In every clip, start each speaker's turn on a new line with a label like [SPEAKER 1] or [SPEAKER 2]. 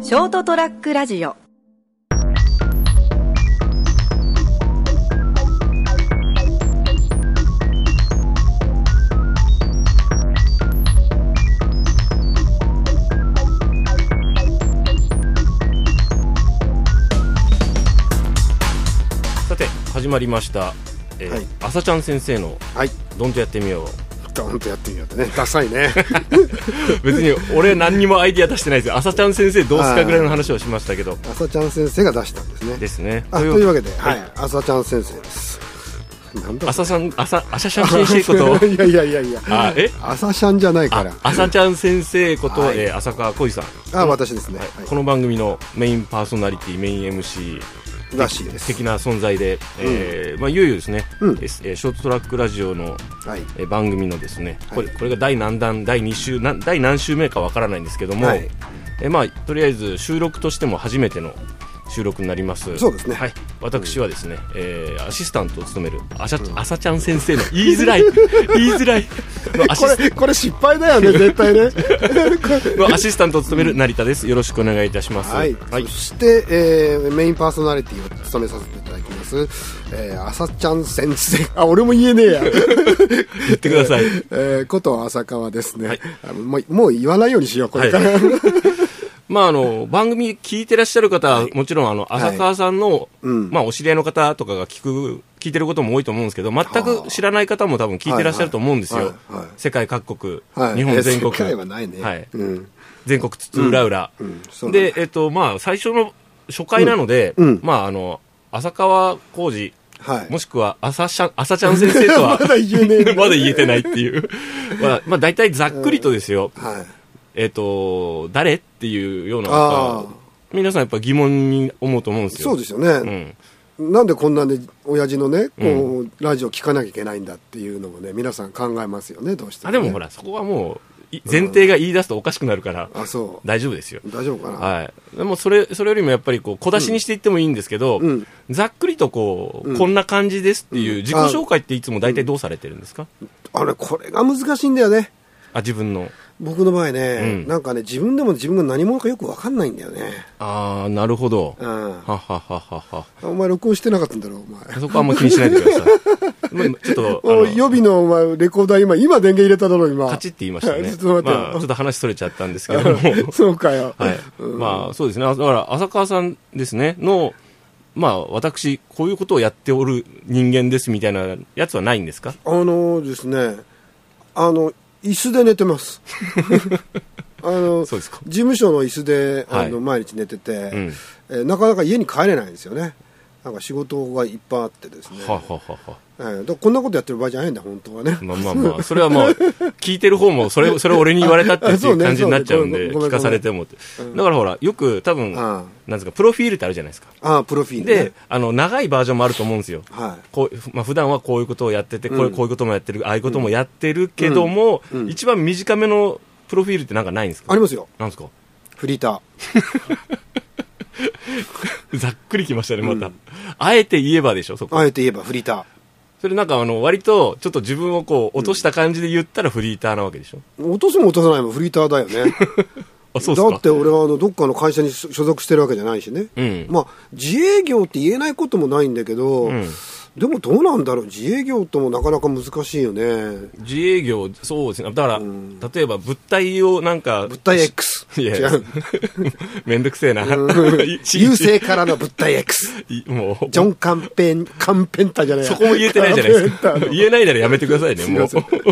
[SPEAKER 1] ショートトラックラジオ
[SPEAKER 2] さて始まりました、えー
[SPEAKER 3] はい
[SPEAKER 2] 朝ちゃん先生の
[SPEAKER 3] はい、
[SPEAKER 2] 「どんとやってみよう
[SPEAKER 3] ドンとやってみようってね、ダサいね、」
[SPEAKER 2] 別に俺何にもアイディア出してないですよ朝ちゃん先生どうすかぐらいの話をしましたけど
[SPEAKER 3] 朝ちゃん先生が出したんですね。
[SPEAKER 2] ですね
[SPEAKER 3] あというわけで、
[SPEAKER 2] は
[SPEAKER 3] はいい、朝ちゃん先生です。なんだ
[SPEAKER 2] 朝さん朝朝ちゃん先生 こと
[SPEAKER 3] いやいやいやいや、
[SPEAKER 2] あえ
[SPEAKER 3] 朝ちゃんじゃないか
[SPEAKER 2] あ
[SPEAKER 3] ら、
[SPEAKER 2] 朝ちゃん先生こと、
[SPEAKER 3] はい
[SPEAKER 2] えー浅川浩二さん
[SPEAKER 3] あ私ですね、
[SPEAKER 2] はい
[SPEAKER 3] はい
[SPEAKER 2] この番組のメインパーソナリティメイン MC
[SPEAKER 3] らしいです。
[SPEAKER 2] 的な存在で、えーまあ、いよいよですね、
[SPEAKER 3] うん
[SPEAKER 2] えーえーショートトラックラジオの
[SPEAKER 3] はい、
[SPEAKER 2] えー番組のですね、
[SPEAKER 3] はい
[SPEAKER 2] これこれが第何弾第2週な第何週目かわからないんですけども、
[SPEAKER 3] はい
[SPEAKER 2] えーまあ、とりあえず収録としても初めての収録になります
[SPEAKER 3] そうですね
[SPEAKER 2] はい、私はですね、えーアシスタントを務めるあしゃ、あさちゃん先 生の言いづらい言いづらいのアシ
[SPEAKER 3] こ
[SPEAKER 2] ス
[SPEAKER 3] れ、これ失敗だよ ね、絶対ね。
[SPEAKER 2] のアシスタントを務める成田ですよろしくお願いいたします
[SPEAKER 3] はい、
[SPEAKER 2] はい
[SPEAKER 3] そして、えーメインパーソナリティを務めさせていただきます、えー、朝ちゃん先生、 あ、俺も言えねえや。
[SPEAKER 2] 言ってください、
[SPEAKER 3] えー、こと浅川ですね、あのもう。もう言わないようにしよう、これから。
[SPEAKER 2] はまああの番組聞いてらっしゃる方は、もちろんあの浅川さんの、
[SPEAKER 3] うん
[SPEAKER 2] まあお知り合いの方とかが聞く聞いてることも多いと思うんですけど全く知らない方も多分聞いてらっしゃると思うんですよ、
[SPEAKER 3] はいはいはい
[SPEAKER 2] 世界各国、
[SPEAKER 3] はい
[SPEAKER 2] 日本全国
[SPEAKER 3] 世界はないね。
[SPEAKER 2] はい
[SPEAKER 3] うん。
[SPEAKER 2] 全国津々浦々、
[SPEAKER 3] うんうんそうなんだ
[SPEAKER 2] でえっとまあ最初の初回なので、
[SPEAKER 3] うんうん
[SPEAKER 2] まああの浅川浩二
[SPEAKER 3] はい。
[SPEAKER 2] もしくは朝ちゃん朝ちゃん先生とは
[SPEAKER 3] まだ言えねえ
[SPEAKER 2] まだ言えてないっていう、まあ、まあ大体ざっくりとですよ、
[SPEAKER 3] はい。
[SPEAKER 2] えっ、と、誰っていうような
[SPEAKER 3] あー
[SPEAKER 2] 皆さんやっぱ疑問に思うと思うんですよ。
[SPEAKER 3] そうですよね。
[SPEAKER 2] ん。
[SPEAKER 3] なんでこんなんで、親父のね、こう、ラジオ聞かなきゃいけないんだっていうのもね、皆さん考えますよね、どうして
[SPEAKER 2] あ、
[SPEAKER 3] も
[SPEAKER 2] で
[SPEAKER 3] ね。
[SPEAKER 2] もほら、そこはもう、い前提が言い出すとおかしくなるから、
[SPEAKER 3] あ、そう。
[SPEAKER 2] 大丈夫ですよ。
[SPEAKER 3] 大丈夫かな。
[SPEAKER 2] はい。でもそれ、それよりもやっぱりこう、小出しにしていってもいいんですけど、
[SPEAKER 3] うん
[SPEAKER 2] ざっくりとこう、
[SPEAKER 3] うん
[SPEAKER 2] こんな感じですっていう自己
[SPEAKER 3] あ
[SPEAKER 2] 紹介っていつも大体どうされてるんですか、
[SPEAKER 3] あれ、これが難しいんだよね。
[SPEAKER 2] あ、自分の。
[SPEAKER 3] 僕の場合ね、
[SPEAKER 2] うん
[SPEAKER 3] なんかね、自分でも自分が何者かよくわかんないんだよね。
[SPEAKER 2] あー、なるほど。
[SPEAKER 3] う
[SPEAKER 2] は
[SPEAKER 3] ん。
[SPEAKER 2] はははは。
[SPEAKER 3] お前、録音してなかったんだろ、お前。
[SPEAKER 2] そこはあんま気にしないでください。 まあちょっと、あ
[SPEAKER 3] お
[SPEAKER 2] の
[SPEAKER 3] い予備のお前、レコーダー今、今電源入れただろ、今。
[SPEAKER 2] カチって言いましたね
[SPEAKER 3] ちょっ。と待ってよ
[SPEAKER 2] まあ、ちょっと話それちゃったんですけ ども。
[SPEAKER 3] そうかよ。
[SPEAKER 2] はい。まあ、そうですね。あだから、浅川さんですね、の、まあ、私、こういうことをやっておる人間ですみたいなやつはないんですか
[SPEAKER 3] あのですね、あの、椅子で寝 てます。あ
[SPEAKER 2] そう
[SPEAKER 3] の、事
[SPEAKER 2] ですか。
[SPEAKER 3] 務所の椅子で、あの、
[SPEAKER 2] はい
[SPEAKER 3] 毎日寝てて、
[SPEAKER 2] うん。
[SPEAKER 3] えーなかなか家に帰れないんですよね。なんか仕事がいっぱいあってですね。
[SPEAKER 2] はあはあはあは
[SPEAKER 3] えーだからこんなことやってる場合じゃないんだ、本当はね
[SPEAKER 2] あ。まあまあまあ、それはまあ、聞いてる方も、それ、それを俺に言われた ってっていう感じになっちゃうんで、
[SPEAKER 3] あそうねそうねごめんごめん
[SPEAKER 2] 聞かされてもって。だからほら、よく多分、な
[SPEAKER 3] あ
[SPEAKER 2] んですか、プロフィールってあるじゃないですか。
[SPEAKER 3] ああ、プロフィール、ね。
[SPEAKER 2] で、あの、長いバージョンもあると思うんですよ。
[SPEAKER 3] はい。
[SPEAKER 2] こうまあ普段はこういうことをやってて、こういう
[SPEAKER 3] うん
[SPEAKER 2] こういうこともやってる、ああいうこともやってるけども、
[SPEAKER 3] うんうん
[SPEAKER 2] 一番短めのプロフィールってなんかないんですか
[SPEAKER 3] ありますよ。
[SPEAKER 2] なんですか
[SPEAKER 3] フリータ
[SPEAKER 2] ざっくりきましたね、また。
[SPEAKER 3] うん
[SPEAKER 2] あえて言えばでしょ、そ
[SPEAKER 3] ー。
[SPEAKER 2] こ。
[SPEAKER 3] あえて言えばフリータ
[SPEAKER 2] それなんかあの、割と、ちょっと自分をこう、落とした感じで言ったらフリーターなわけでしょ。
[SPEAKER 3] ー。落とすも落とさないもフリーターだよ ね。
[SPEAKER 2] あ、そう
[SPEAKER 3] だ
[SPEAKER 2] で
[SPEAKER 3] っ
[SPEAKER 2] す
[SPEAKER 3] て
[SPEAKER 2] か。
[SPEAKER 3] 俺はあのどっかの会社に所所属してるわけじゃないしね、
[SPEAKER 2] うん
[SPEAKER 3] まあ、自営業って言えないこともないんだけど、
[SPEAKER 2] ん
[SPEAKER 3] でもどうなんだろう、自営業ともなかなか難しいよね、
[SPEAKER 2] 自営業、そうですね。だから、
[SPEAKER 3] ん
[SPEAKER 2] 例えば物体をなんか、
[SPEAKER 3] 物体 X、
[SPEAKER 2] いや
[SPEAKER 3] 違 う、
[SPEAKER 2] めんどくせえな。 いちいち
[SPEAKER 3] 優勢からの物体 X、
[SPEAKER 2] いもう、
[SPEAKER 3] ジョン・カンペン、カンペンタじゃない
[SPEAKER 2] そこも言えてないじゃないですか
[SPEAKER 3] カンペ。ンタの
[SPEAKER 2] 言えないならやめてくださいね、
[SPEAKER 3] すい
[SPEAKER 2] もう
[SPEAKER 3] ま。せん監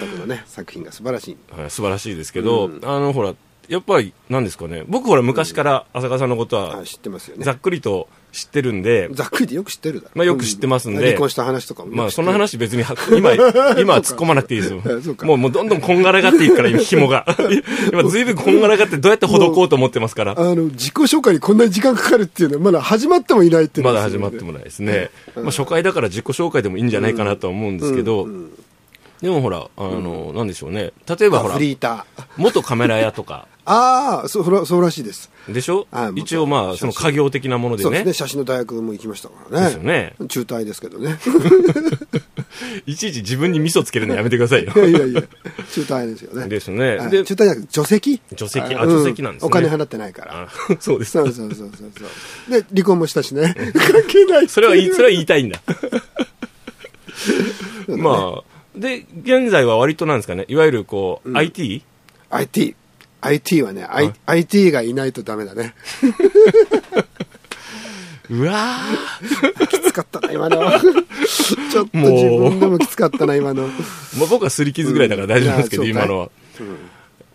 [SPEAKER 3] 督のね、作品が素晴らしい。
[SPEAKER 2] はい素晴らしいですけど、あのほらやっぱりなんですかね僕ほら昔から浅川さんのことは
[SPEAKER 3] あ知ってますよ
[SPEAKER 2] ざ
[SPEAKER 3] ね
[SPEAKER 2] っくりと知ってるんで、
[SPEAKER 3] ざっくりでよく知ってるだろ、
[SPEAKER 2] まあよく知ってますんで
[SPEAKER 3] う離婚した話とかもよ
[SPEAKER 2] まあ
[SPEAKER 3] く知って
[SPEAKER 2] そ
[SPEAKER 3] る
[SPEAKER 2] の話別に は今今は突っ込まなくていいですよ
[SPEAKER 3] あ そうか
[SPEAKER 2] もうもうどんどんこんがらがっていくから今紐 が今ずいぶんこんがらがってどうやってほどこうと思ってますから
[SPEAKER 3] あの自己紹介にこんなに時間かかるっていうのは、まだ始まってもいないっていうの
[SPEAKER 2] まだ
[SPEAKER 3] がす
[SPEAKER 2] 始
[SPEAKER 3] ごいね
[SPEAKER 2] まってもないですね、まあ、初回だから自己紹介でもいいんじゃないかなとは思うんですけど、でもほらあの、なんでしょうね例えばほ
[SPEAKER 3] あ
[SPEAKER 2] ら
[SPEAKER 3] フリーター。
[SPEAKER 2] 元カメラ屋とか
[SPEAKER 3] ああ、そうそれはそうらしいです。
[SPEAKER 2] でし ょ
[SPEAKER 3] はい
[SPEAKER 2] 一応まあ、その家業的なもので
[SPEAKER 3] そうで
[SPEAKER 2] ね
[SPEAKER 3] すね、。写真の大学も行きましたからね。
[SPEAKER 2] ですよね
[SPEAKER 3] 中退ですけどね。
[SPEAKER 2] いちいち自分に味噌つけるのやめてくださいよ
[SPEAKER 3] い。やいやいや、中退ですよね。
[SPEAKER 2] ですね
[SPEAKER 3] はい
[SPEAKER 2] で
[SPEAKER 3] 中退じゃなくて、除籍
[SPEAKER 2] 除籍あ
[SPEAKER 3] う
[SPEAKER 2] 除籍なんですね
[SPEAKER 3] お金払ってないから。
[SPEAKER 2] あそうです
[SPEAKER 3] そ。うそうそうそうそう。で、離婚もしたしね。関係な い。
[SPEAKER 2] それは言い、それは言いたいんだ。まあ、で、現在は割となんですかね、いわゆるこう、IT?
[SPEAKER 3] IT。IT はね、I IT がいないとダメだね。
[SPEAKER 2] うわ
[SPEAKER 3] きつかったな、 今の。ちょっと自分でもきつかったな、今の。
[SPEAKER 2] ー、まあ、僕は擦り傷ぐらいだから大丈夫ですけど、
[SPEAKER 3] うん
[SPEAKER 2] 今のは。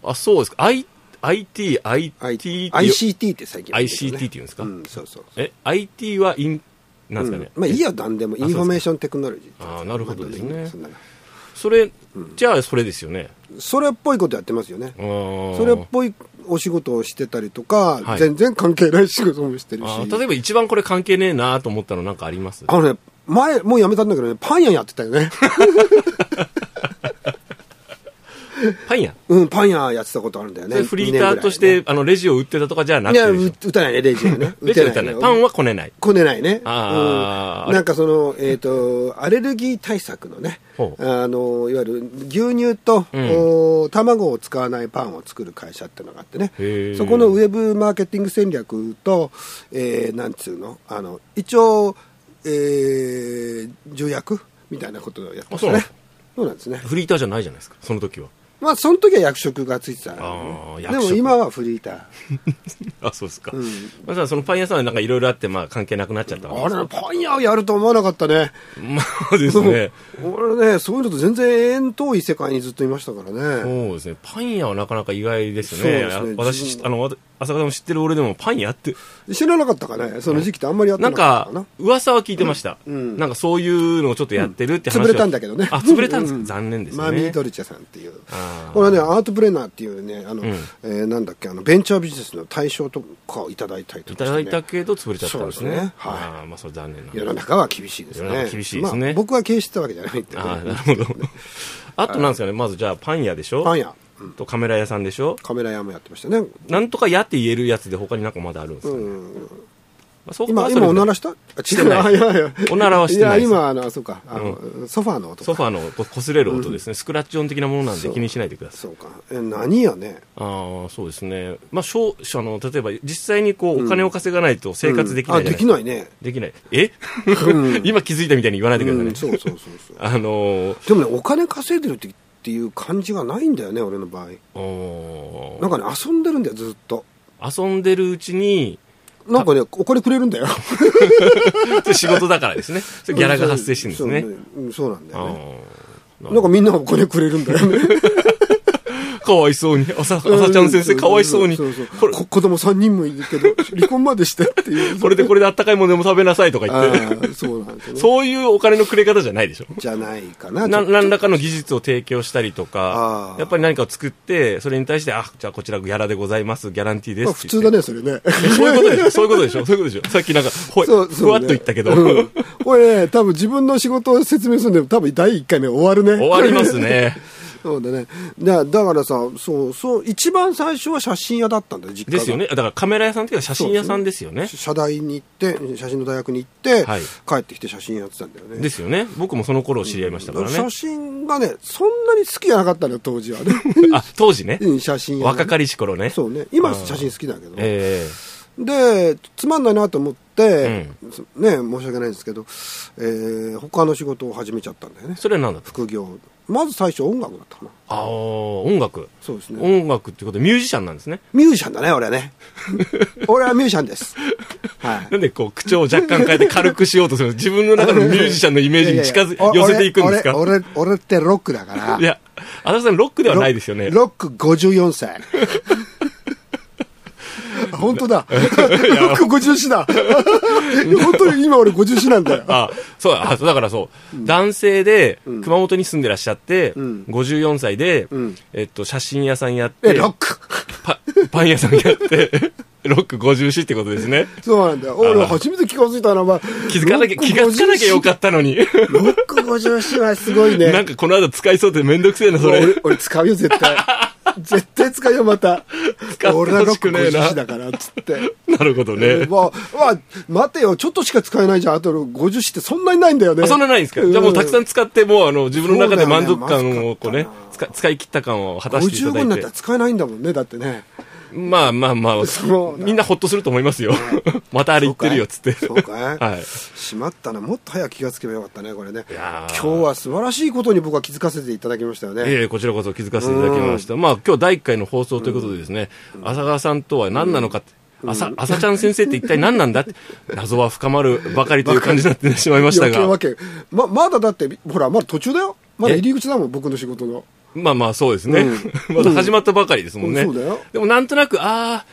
[SPEAKER 2] あ、そうですか。I、IT、IT って
[SPEAKER 3] ICT って最近は言うけ
[SPEAKER 2] ICT
[SPEAKER 3] ど
[SPEAKER 2] って
[SPEAKER 3] ね
[SPEAKER 2] 言うんですか、
[SPEAKER 3] うん、そうそう。
[SPEAKER 2] え、IT はイン、なんですかね。
[SPEAKER 3] まあいいよ、何でも。イ
[SPEAKER 2] そう
[SPEAKER 3] ンフォメーションテクノロジー。
[SPEAKER 2] ああ、なるほどですね。
[SPEAKER 3] そんなの
[SPEAKER 2] それ、じゃあそれですよね。
[SPEAKER 3] それっぽいことやってますよね。そ
[SPEAKER 2] そ
[SPEAKER 3] れっぽいお仕事をしてたりとか、
[SPEAKER 2] はい
[SPEAKER 3] 全然関係ない仕事もしてるし。
[SPEAKER 2] あー例えば一番これ関係ねえなと思ったのなんかあります
[SPEAKER 3] あのね、前、もうやめたんだけどね、パン屋やってたよ ね。
[SPEAKER 2] パン屋。
[SPEAKER 3] うん、パン屋やってたことあるんだよ
[SPEAKER 2] それ
[SPEAKER 3] ね。
[SPEAKER 2] フリーターとし
[SPEAKER 3] 二
[SPEAKER 2] て、あの、レジを売ってたとかじゃなく
[SPEAKER 3] 年ぐら
[SPEAKER 2] てで
[SPEAKER 3] いね。
[SPEAKER 2] し
[SPEAKER 3] いや
[SPEAKER 2] ょ、
[SPEAKER 3] 打たないね、レジはね。
[SPEAKER 2] レジは売ってない。パンはこねない。
[SPEAKER 3] こねないね。
[SPEAKER 2] あー
[SPEAKER 3] うんなんかその、えっ、と、アレルギー対策のね、
[SPEAKER 2] ほう
[SPEAKER 3] あの、いわゆる牛乳と、
[SPEAKER 2] うん
[SPEAKER 3] お卵を使わないパンを作る会社ってのがあってね
[SPEAKER 2] へー、
[SPEAKER 3] そこのウェブマーケティング戦略と、えーなんつうの、あの、一応、えー、重役みたいなことをやってました
[SPEAKER 2] あ
[SPEAKER 3] ね。そうなんですね。
[SPEAKER 2] フリーターじゃないじゃないですか、その時は。
[SPEAKER 3] まあ、その時は役職がついてたの
[SPEAKER 2] あー
[SPEAKER 3] ね、
[SPEAKER 2] 役
[SPEAKER 3] で
[SPEAKER 2] 職
[SPEAKER 3] も今はフリーター。
[SPEAKER 2] あ、そうですか。
[SPEAKER 3] ん
[SPEAKER 2] まあじゃあそのパン屋さんはなんかいろいろあって、まあ関係なくなっちゃったわ
[SPEAKER 3] あれ、パン屋をやると思わなかったね。
[SPEAKER 2] まあです ね。
[SPEAKER 3] 俺ね、そういうのと全然遠遠い世界にずっといましたからね。
[SPEAKER 2] そうですね。パン屋はなかなか意外です
[SPEAKER 3] そう
[SPEAKER 2] ね。
[SPEAKER 3] ですね
[SPEAKER 2] 私
[SPEAKER 3] 自、分
[SPEAKER 2] あの、わた浅川さんも知ってる俺でもパン屋って、
[SPEAKER 3] 知らなかったかね、その時期ってあんまりやって
[SPEAKER 2] な
[SPEAKER 3] なんかった
[SPEAKER 2] か
[SPEAKER 3] かな。、
[SPEAKER 2] 噂は聞いてました。
[SPEAKER 3] うん
[SPEAKER 2] なんかそういうのをちょっとやってるって話は
[SPEAKER 3] 潰れたんだけどね。
[SPEAKER 2] あ、潰れたんです
[SPEAKER 3] う
[SPEAKER 2] か残念ですね。
[SPEAKER 3] マミー・ドルチェさんっていう
[SPEAKER 2] あー。
[SPEAKER 3] これはね、アートプレーナーっていうね、あの、
[SPEAKER 2] うん
[SPEAKER 3] えーなんだっけ、あの、ベンチャービジネスの対象とかをいただいたりと
[SPEAKER 2] い
[SPEAKER 3] か
[SPEAKER 2] た
[SPEAKER 3] して、
[SPEAKER 2] だ
[SPEAKER 3] ね。
[SPEAKER 2] いたけど潰れちゃったんですね。
[SPEAKER 3] そうですねはい
[SPEAKER 2] あーまあそれ残念な。
[SPEAKER 3] 世の中は厳しいですね。
[SPEAKER 2] 世の中厳しいですね
[SPEAKER 3] まあ、僕は経営してたわけじゃないんで、
[SPEAKER 2] ああ、なるほど。あとなんですかね、まずじゃあパン屋でしょ
[SPEAKER 3] パン屋、
[SPEAKER 2] とカメラ屋さんでしょ
[SPEAKER 3] カメラ屋もやってましたね。
[SPEAKER 2] なんとか屋って言えるやつで他になんかまだあるんですかね。
[SPEAKER 3] うん
[SPEAKER 2] まあ、そこ
[SPEAKER 3] 今、
[SPEAKER 2] はそれ
[SPEAKER 3] 今おな
[SPEAKER 2] で
[SPEAKER 3] らしたあ、
[SPEAKER 2] てない
[SPEAKER 3] 違う。やや
[SPEAKER 2] おならはしてない
[SPEAKER 3] い
[SPEAKER 2] で
[SPEAKER 3] や、
[SPEAKER 2] す
[SPEAKER 3] 今、あの、そうか、あの、ソファーの音か
[SPEAKER 2] ソファーのこ擦れる音ですね、スクラッチ音的なものなんで
[SPEAKER 3] そう
[SPEAKER 2] 気にしないでください。
[SPEAKER 3] そうか。え、何やね。
[SPEAKER 2] ああ、そうですね。まあ、しょうあの例えば実際にこうお金を稼がないと生活できない
[SPEAKER 3] うん
[SPEAKER 2] じ
[SPEAKER 3] あ、
[SPEAKER 2] ゃ
[SPEAKER 3] で
[SPEAKER 2] ない
[SPEAKER 3] きないね。
[SPEAKER 2] できない。え 今気づいたみたいに言わないでくださいね。
[SPEAKER 3] うんそうそうそうそう。
[SPEAKER 2] あのー
[SPEAKER 3] でもね、お金稼いでるってっていう感じがないんだよね、俺の場合。
[SPEAKER 2] お
[SPEAKER 3] なん
[SPEAKER 2] ー
[SPEAKER 3] かね、遊んでるんだよ、ずっと。
[SPEAKER 2] 遊んでるうちに、
[SPEAKER 3] なんかね、お金くれるんだよ。
[SPEAKER 2] それ仕事だからですね。それ ギャラが発生してるんですね。
[SPEAKER 3] そううんそうなんだよね。
[SPEAKER 2] あー
[SPEAKER 3] なんかみんなお金くれるんだよね。
[SPEAKER 2] かわいそうに。あさ、あさちゃん先生、かわいそうに。
[SPEAKER 3] そうそう
[SPEAKER 2] これ、
[SPEAKER 3] こ子供3人もいるけど、離婚までしてっ ていう。
[SPEAKER 2] これでこれであったかいものでも食べなさいとか言
[SPEAKER 3] あ
[SPEAKER 2] って。
[SPEAKER 3] ーそうなんですよね。
[SPEAKER 2] そういうお金のくれ方じゃないでしょ。
[SPEAKER 3] じゃないかな。
[SPEAKER 2] な
[SPEAKER 3] ちょっと
[SPEAKER 2] 何らかの技術を提供したりと
[SPEAKER 3] あ
[SPEAKER 2] か
[SPEAKER 3] ー、
[SPEAKER 2] やっぱり何かを作って、それに対して、あ、じゃあこちらギャラでございます、ギャランティーで
[SPEAKER 3] まあ
[SPEAKER 2] す
[SPEAKER 3] 普
[SPEAKER 2] って
[SPEAKER 3] 通
[SPEAKER 2] 言
[SPEAKER 3] だ
[SPEAKER 2] って。
[SPEAKER 3] ね、そ
[SPEAKER 2] そうい
[SPEAKER 3] れね。
[SPEAKER 2] うことでしょ、そういうことでしょ、そういうことでしょ。さっきなんか、ほい、
[SPEAKER 3] そうそうね
[SPEAKER 2] ふわっと言ったけ ど、
[SPEAKER 3] うんこれね、多分自分の仕事を説明するんで、多分第1回目終わるね。
[SPEAKER 2] 終わります。ね。
[SPEAKER 3] そうだね。だだからさ、そうそう、一番最初は写真屋だったんだよ、実家が
[SPEAKER 2] ですよね。だからカメラ屋さんっていうか写真屋さんですよね。
[SPEAKER 3] 社大に行って、写真の大学に行って、
[SPEAKER 2] はい
[SPEAKER 3] 帰ってきて写真やってたんだよね。
[SPEAKER 2] ですよね。僕もその頃知り合いましたから
[SPEAKER 3] 写
[SPEAKER 2] ね。
[SPEAKER 3] 真がね、そんなに好きじゃなかったのよ、当時は ね。
[SPEAKER 2] あ、当時ね。
[SPEAKER 3] うん写真屋、
[SPEAKER 2] 若かりし頃ね。
[SPEAKER 3] そうね。今、写真好きだけど。
[SPEAKER 2] え
[SPEAKER 3] で、つまんないなと思って、ね、申し訳ないんですけど、えー他の仕事を始めちゃったんだよね
[SPEAKER 2] え。それは何だ
[SPEAKER 3] 副業まず最初音楽だったかな
[SPEAKER 2] ああ、音楽。
[SPEAKER 3] そうですね
[SPEAKER 2] 音楽ってことでミュージシャンなんですね。
[SPEAKER 3] ミュージシャンだね俺 はね俺はミュージシャンですはい
[SPEAKER 2] なんでこう、口調を若干変えて軽くしようとするの自分の中のミュージシャンのイメージに近づ、
[SPEAKER 3] やや
[SPEAKER 2] 寄せていくんですか
[SPEAKER 3] 俺俺俺俺ってロックだから
[SPEAKER 2] いや、あ田さんロックではないですよね。
[SPEAKER 3] ロック54歳 あ本当だ。ロック54だ。本当に今俺54なんだよ。
[SPEAKER 2] あ、そうだ、あそうだからそう、男性で、熊本に住んでらっしゃって、54歳で、
[SPEAKER 3] ん
[SPEAKER 2] えっと、写真屋さんやっ
[SPEAKER 3] え、
[SPEAKER 2] て、
[SPEAKER 3] ロック。
[SPEAKER 2] パパン屋さんやって、ロック54ってことですね。
[SPEAKER 3] そうなんだよ。俺初めて気がついたな、まあ、
[SPEAKER 2] 気づかなきゃ、気がつかなきゃよかったのに。
[SPEAKER 3] た。ロック54はすごいね。
[SPEAKER 2] なんかこの後使いそうでめんどくせえな、それ。
[SPEAKER 3] 俺、俺使うよ、絶対。絶対使うよ、また。
[SPEAKER 2] 使って
[SPEAKER 3] 俺は
[SPEAKER 2] ほ
[SPEAKER 3] ロ
[SPEAKER 2] し
[SPEAKER 3] ック
[SPEAKER 2] くねえ
[SPEAKER 3] 50
[SPEAKER 2] な
[SPEAKER 3] 詞。だからっつって。
[SPEAKER 2] なるほどね。
[SPEAKER 3] わわ待てよ、ちょっとしか使えないじゃん、あとの50詞ってそんなにないんだよね。
[SPEAKER 2] あそんなないんですか、じゃあもうたくさん使って、もうあの自分の中で満足感をこうね、
[SPEAKER 3] そう
[SPEAKER 2] 使
[SPEAKER 3] だ
[SPEAKER 2] 使い切った感を果たしていた
[SPEAKER 3] 55に
[SPEAKER 2] だ
[SPEAKER 3] なっ
[SPEAKER 2] い
[SPEAKER 3] た
[SPEAKER 2] て
[SPEAKER 3] ら、使えないんだもんね、だってね。
[SPEAKER 2] まあまあまあ
[SPEAKER 3] そ、うだ
[SPEAKER 2] みんなほっとすると思いますよ、 またあれ言ってるよっつって、
[SPEAKER 3] そうかい
[SPEAKER 2] はい、
[SPEAKER 3] しまったな、もっと早く気がつけばよかったね、これね。
[SPEAKER 2] い
[SPEAKER 3] 今
[SPEAKER 2] やー
[SPEAKER 3] 日は素晴らしいことに僕は気づかせていただきましたよ
[SPEAKER 2] いえ
[SPEAKER 3] ね。
[SPEAKER 2] いえこちらこそ気づかせていただきました、まあ今日第1回の放送ということで、ですね、浅川さんとは何なのかって、朝朝ちゃん先生って一体何なんだって、謎は深まるばかりという感じになってしまいました
[SPEAKER 3] 余計わ
[SPEAKER 2] が、
[SPEAKER 3] け。ま、まだだって、ほら、まだ途中だよ。まだ入り口だもん、僕の仕事の。
[SPEAKER 2] まあまあそうですね、
[SPEAKER 3] う ん
[SPEAKER 2] まだ始まったばかりですもんね、
[SPEAKER 3] うんそうだよ
[SPEAKER 2] でもなんとなく、ああ、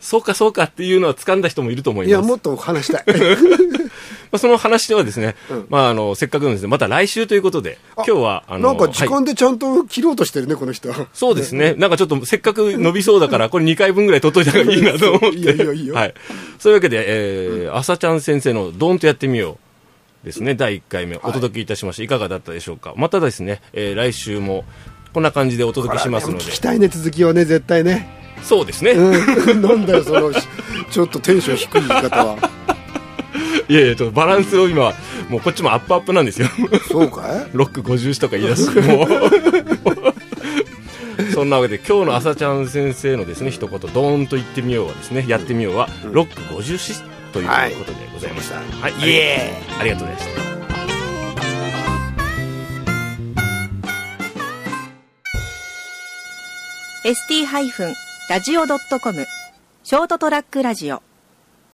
[SPEAKER 2] そうかそうかっていうのは掴んだ人もいると思い
[SPEAKER 3] い
[SPEAKER 2] ま
[SPEAKER 3] や、
[SPEAKER 2] す。
[SPEAKER 3] もっと話したい。
[SPEAKER 2] まあ、その話ではですね、
[SPEAKER 3] ん
[SPEAKER 2] まあ、あの、せっかくなんですね、また来週ということで、今日は、あ
[SPEAKER 3] な
[SPEAKER 2] の、
[SPEAKER 3] んか時
[SPEAKER 2] はい
[SPEAKER 3] 間でちゃんと切ろうとしてるね、こ の人。
[SPEAKER 2] そうですね。なんかちょっとせっかく伸びそうだから、これ2回分ぐらい取っといた方がいいなと思って。
[SPEAKER 3] いいよいいよいいよ
[SPEAKER 2] はい。そういうわけで、えー朝ちゃん先生のドンとやってみようですね、第1回目お届けいたしました。いかがだったでしょうか。またですね、えー来週もこんな感じでお届けしますので
[SPEAKER 3] 聞、きたいね、続きはね、絶対ね。
[SPEAKER 2] そうですね。
[SPEAKER 3] うん、 なんだよ、その、ちょっとテンション低い言い方は。
[SPEAKER 2] いやいや、ちょっとバランスを今、もうこっちもアップアップなんですよ。
[SPEAKER 3] そうかい
[SPEAKER 2] ロック50詞とか言い出す もうそんなわけで今日の朝ちゃん先生のですね一言ドーンと言ってみようはですねやってみようは、ロック50詞ということでございました、はいイエーイありがとうございました
[SPEAKER 1] ー ST-radio.com ショートトラックラジオ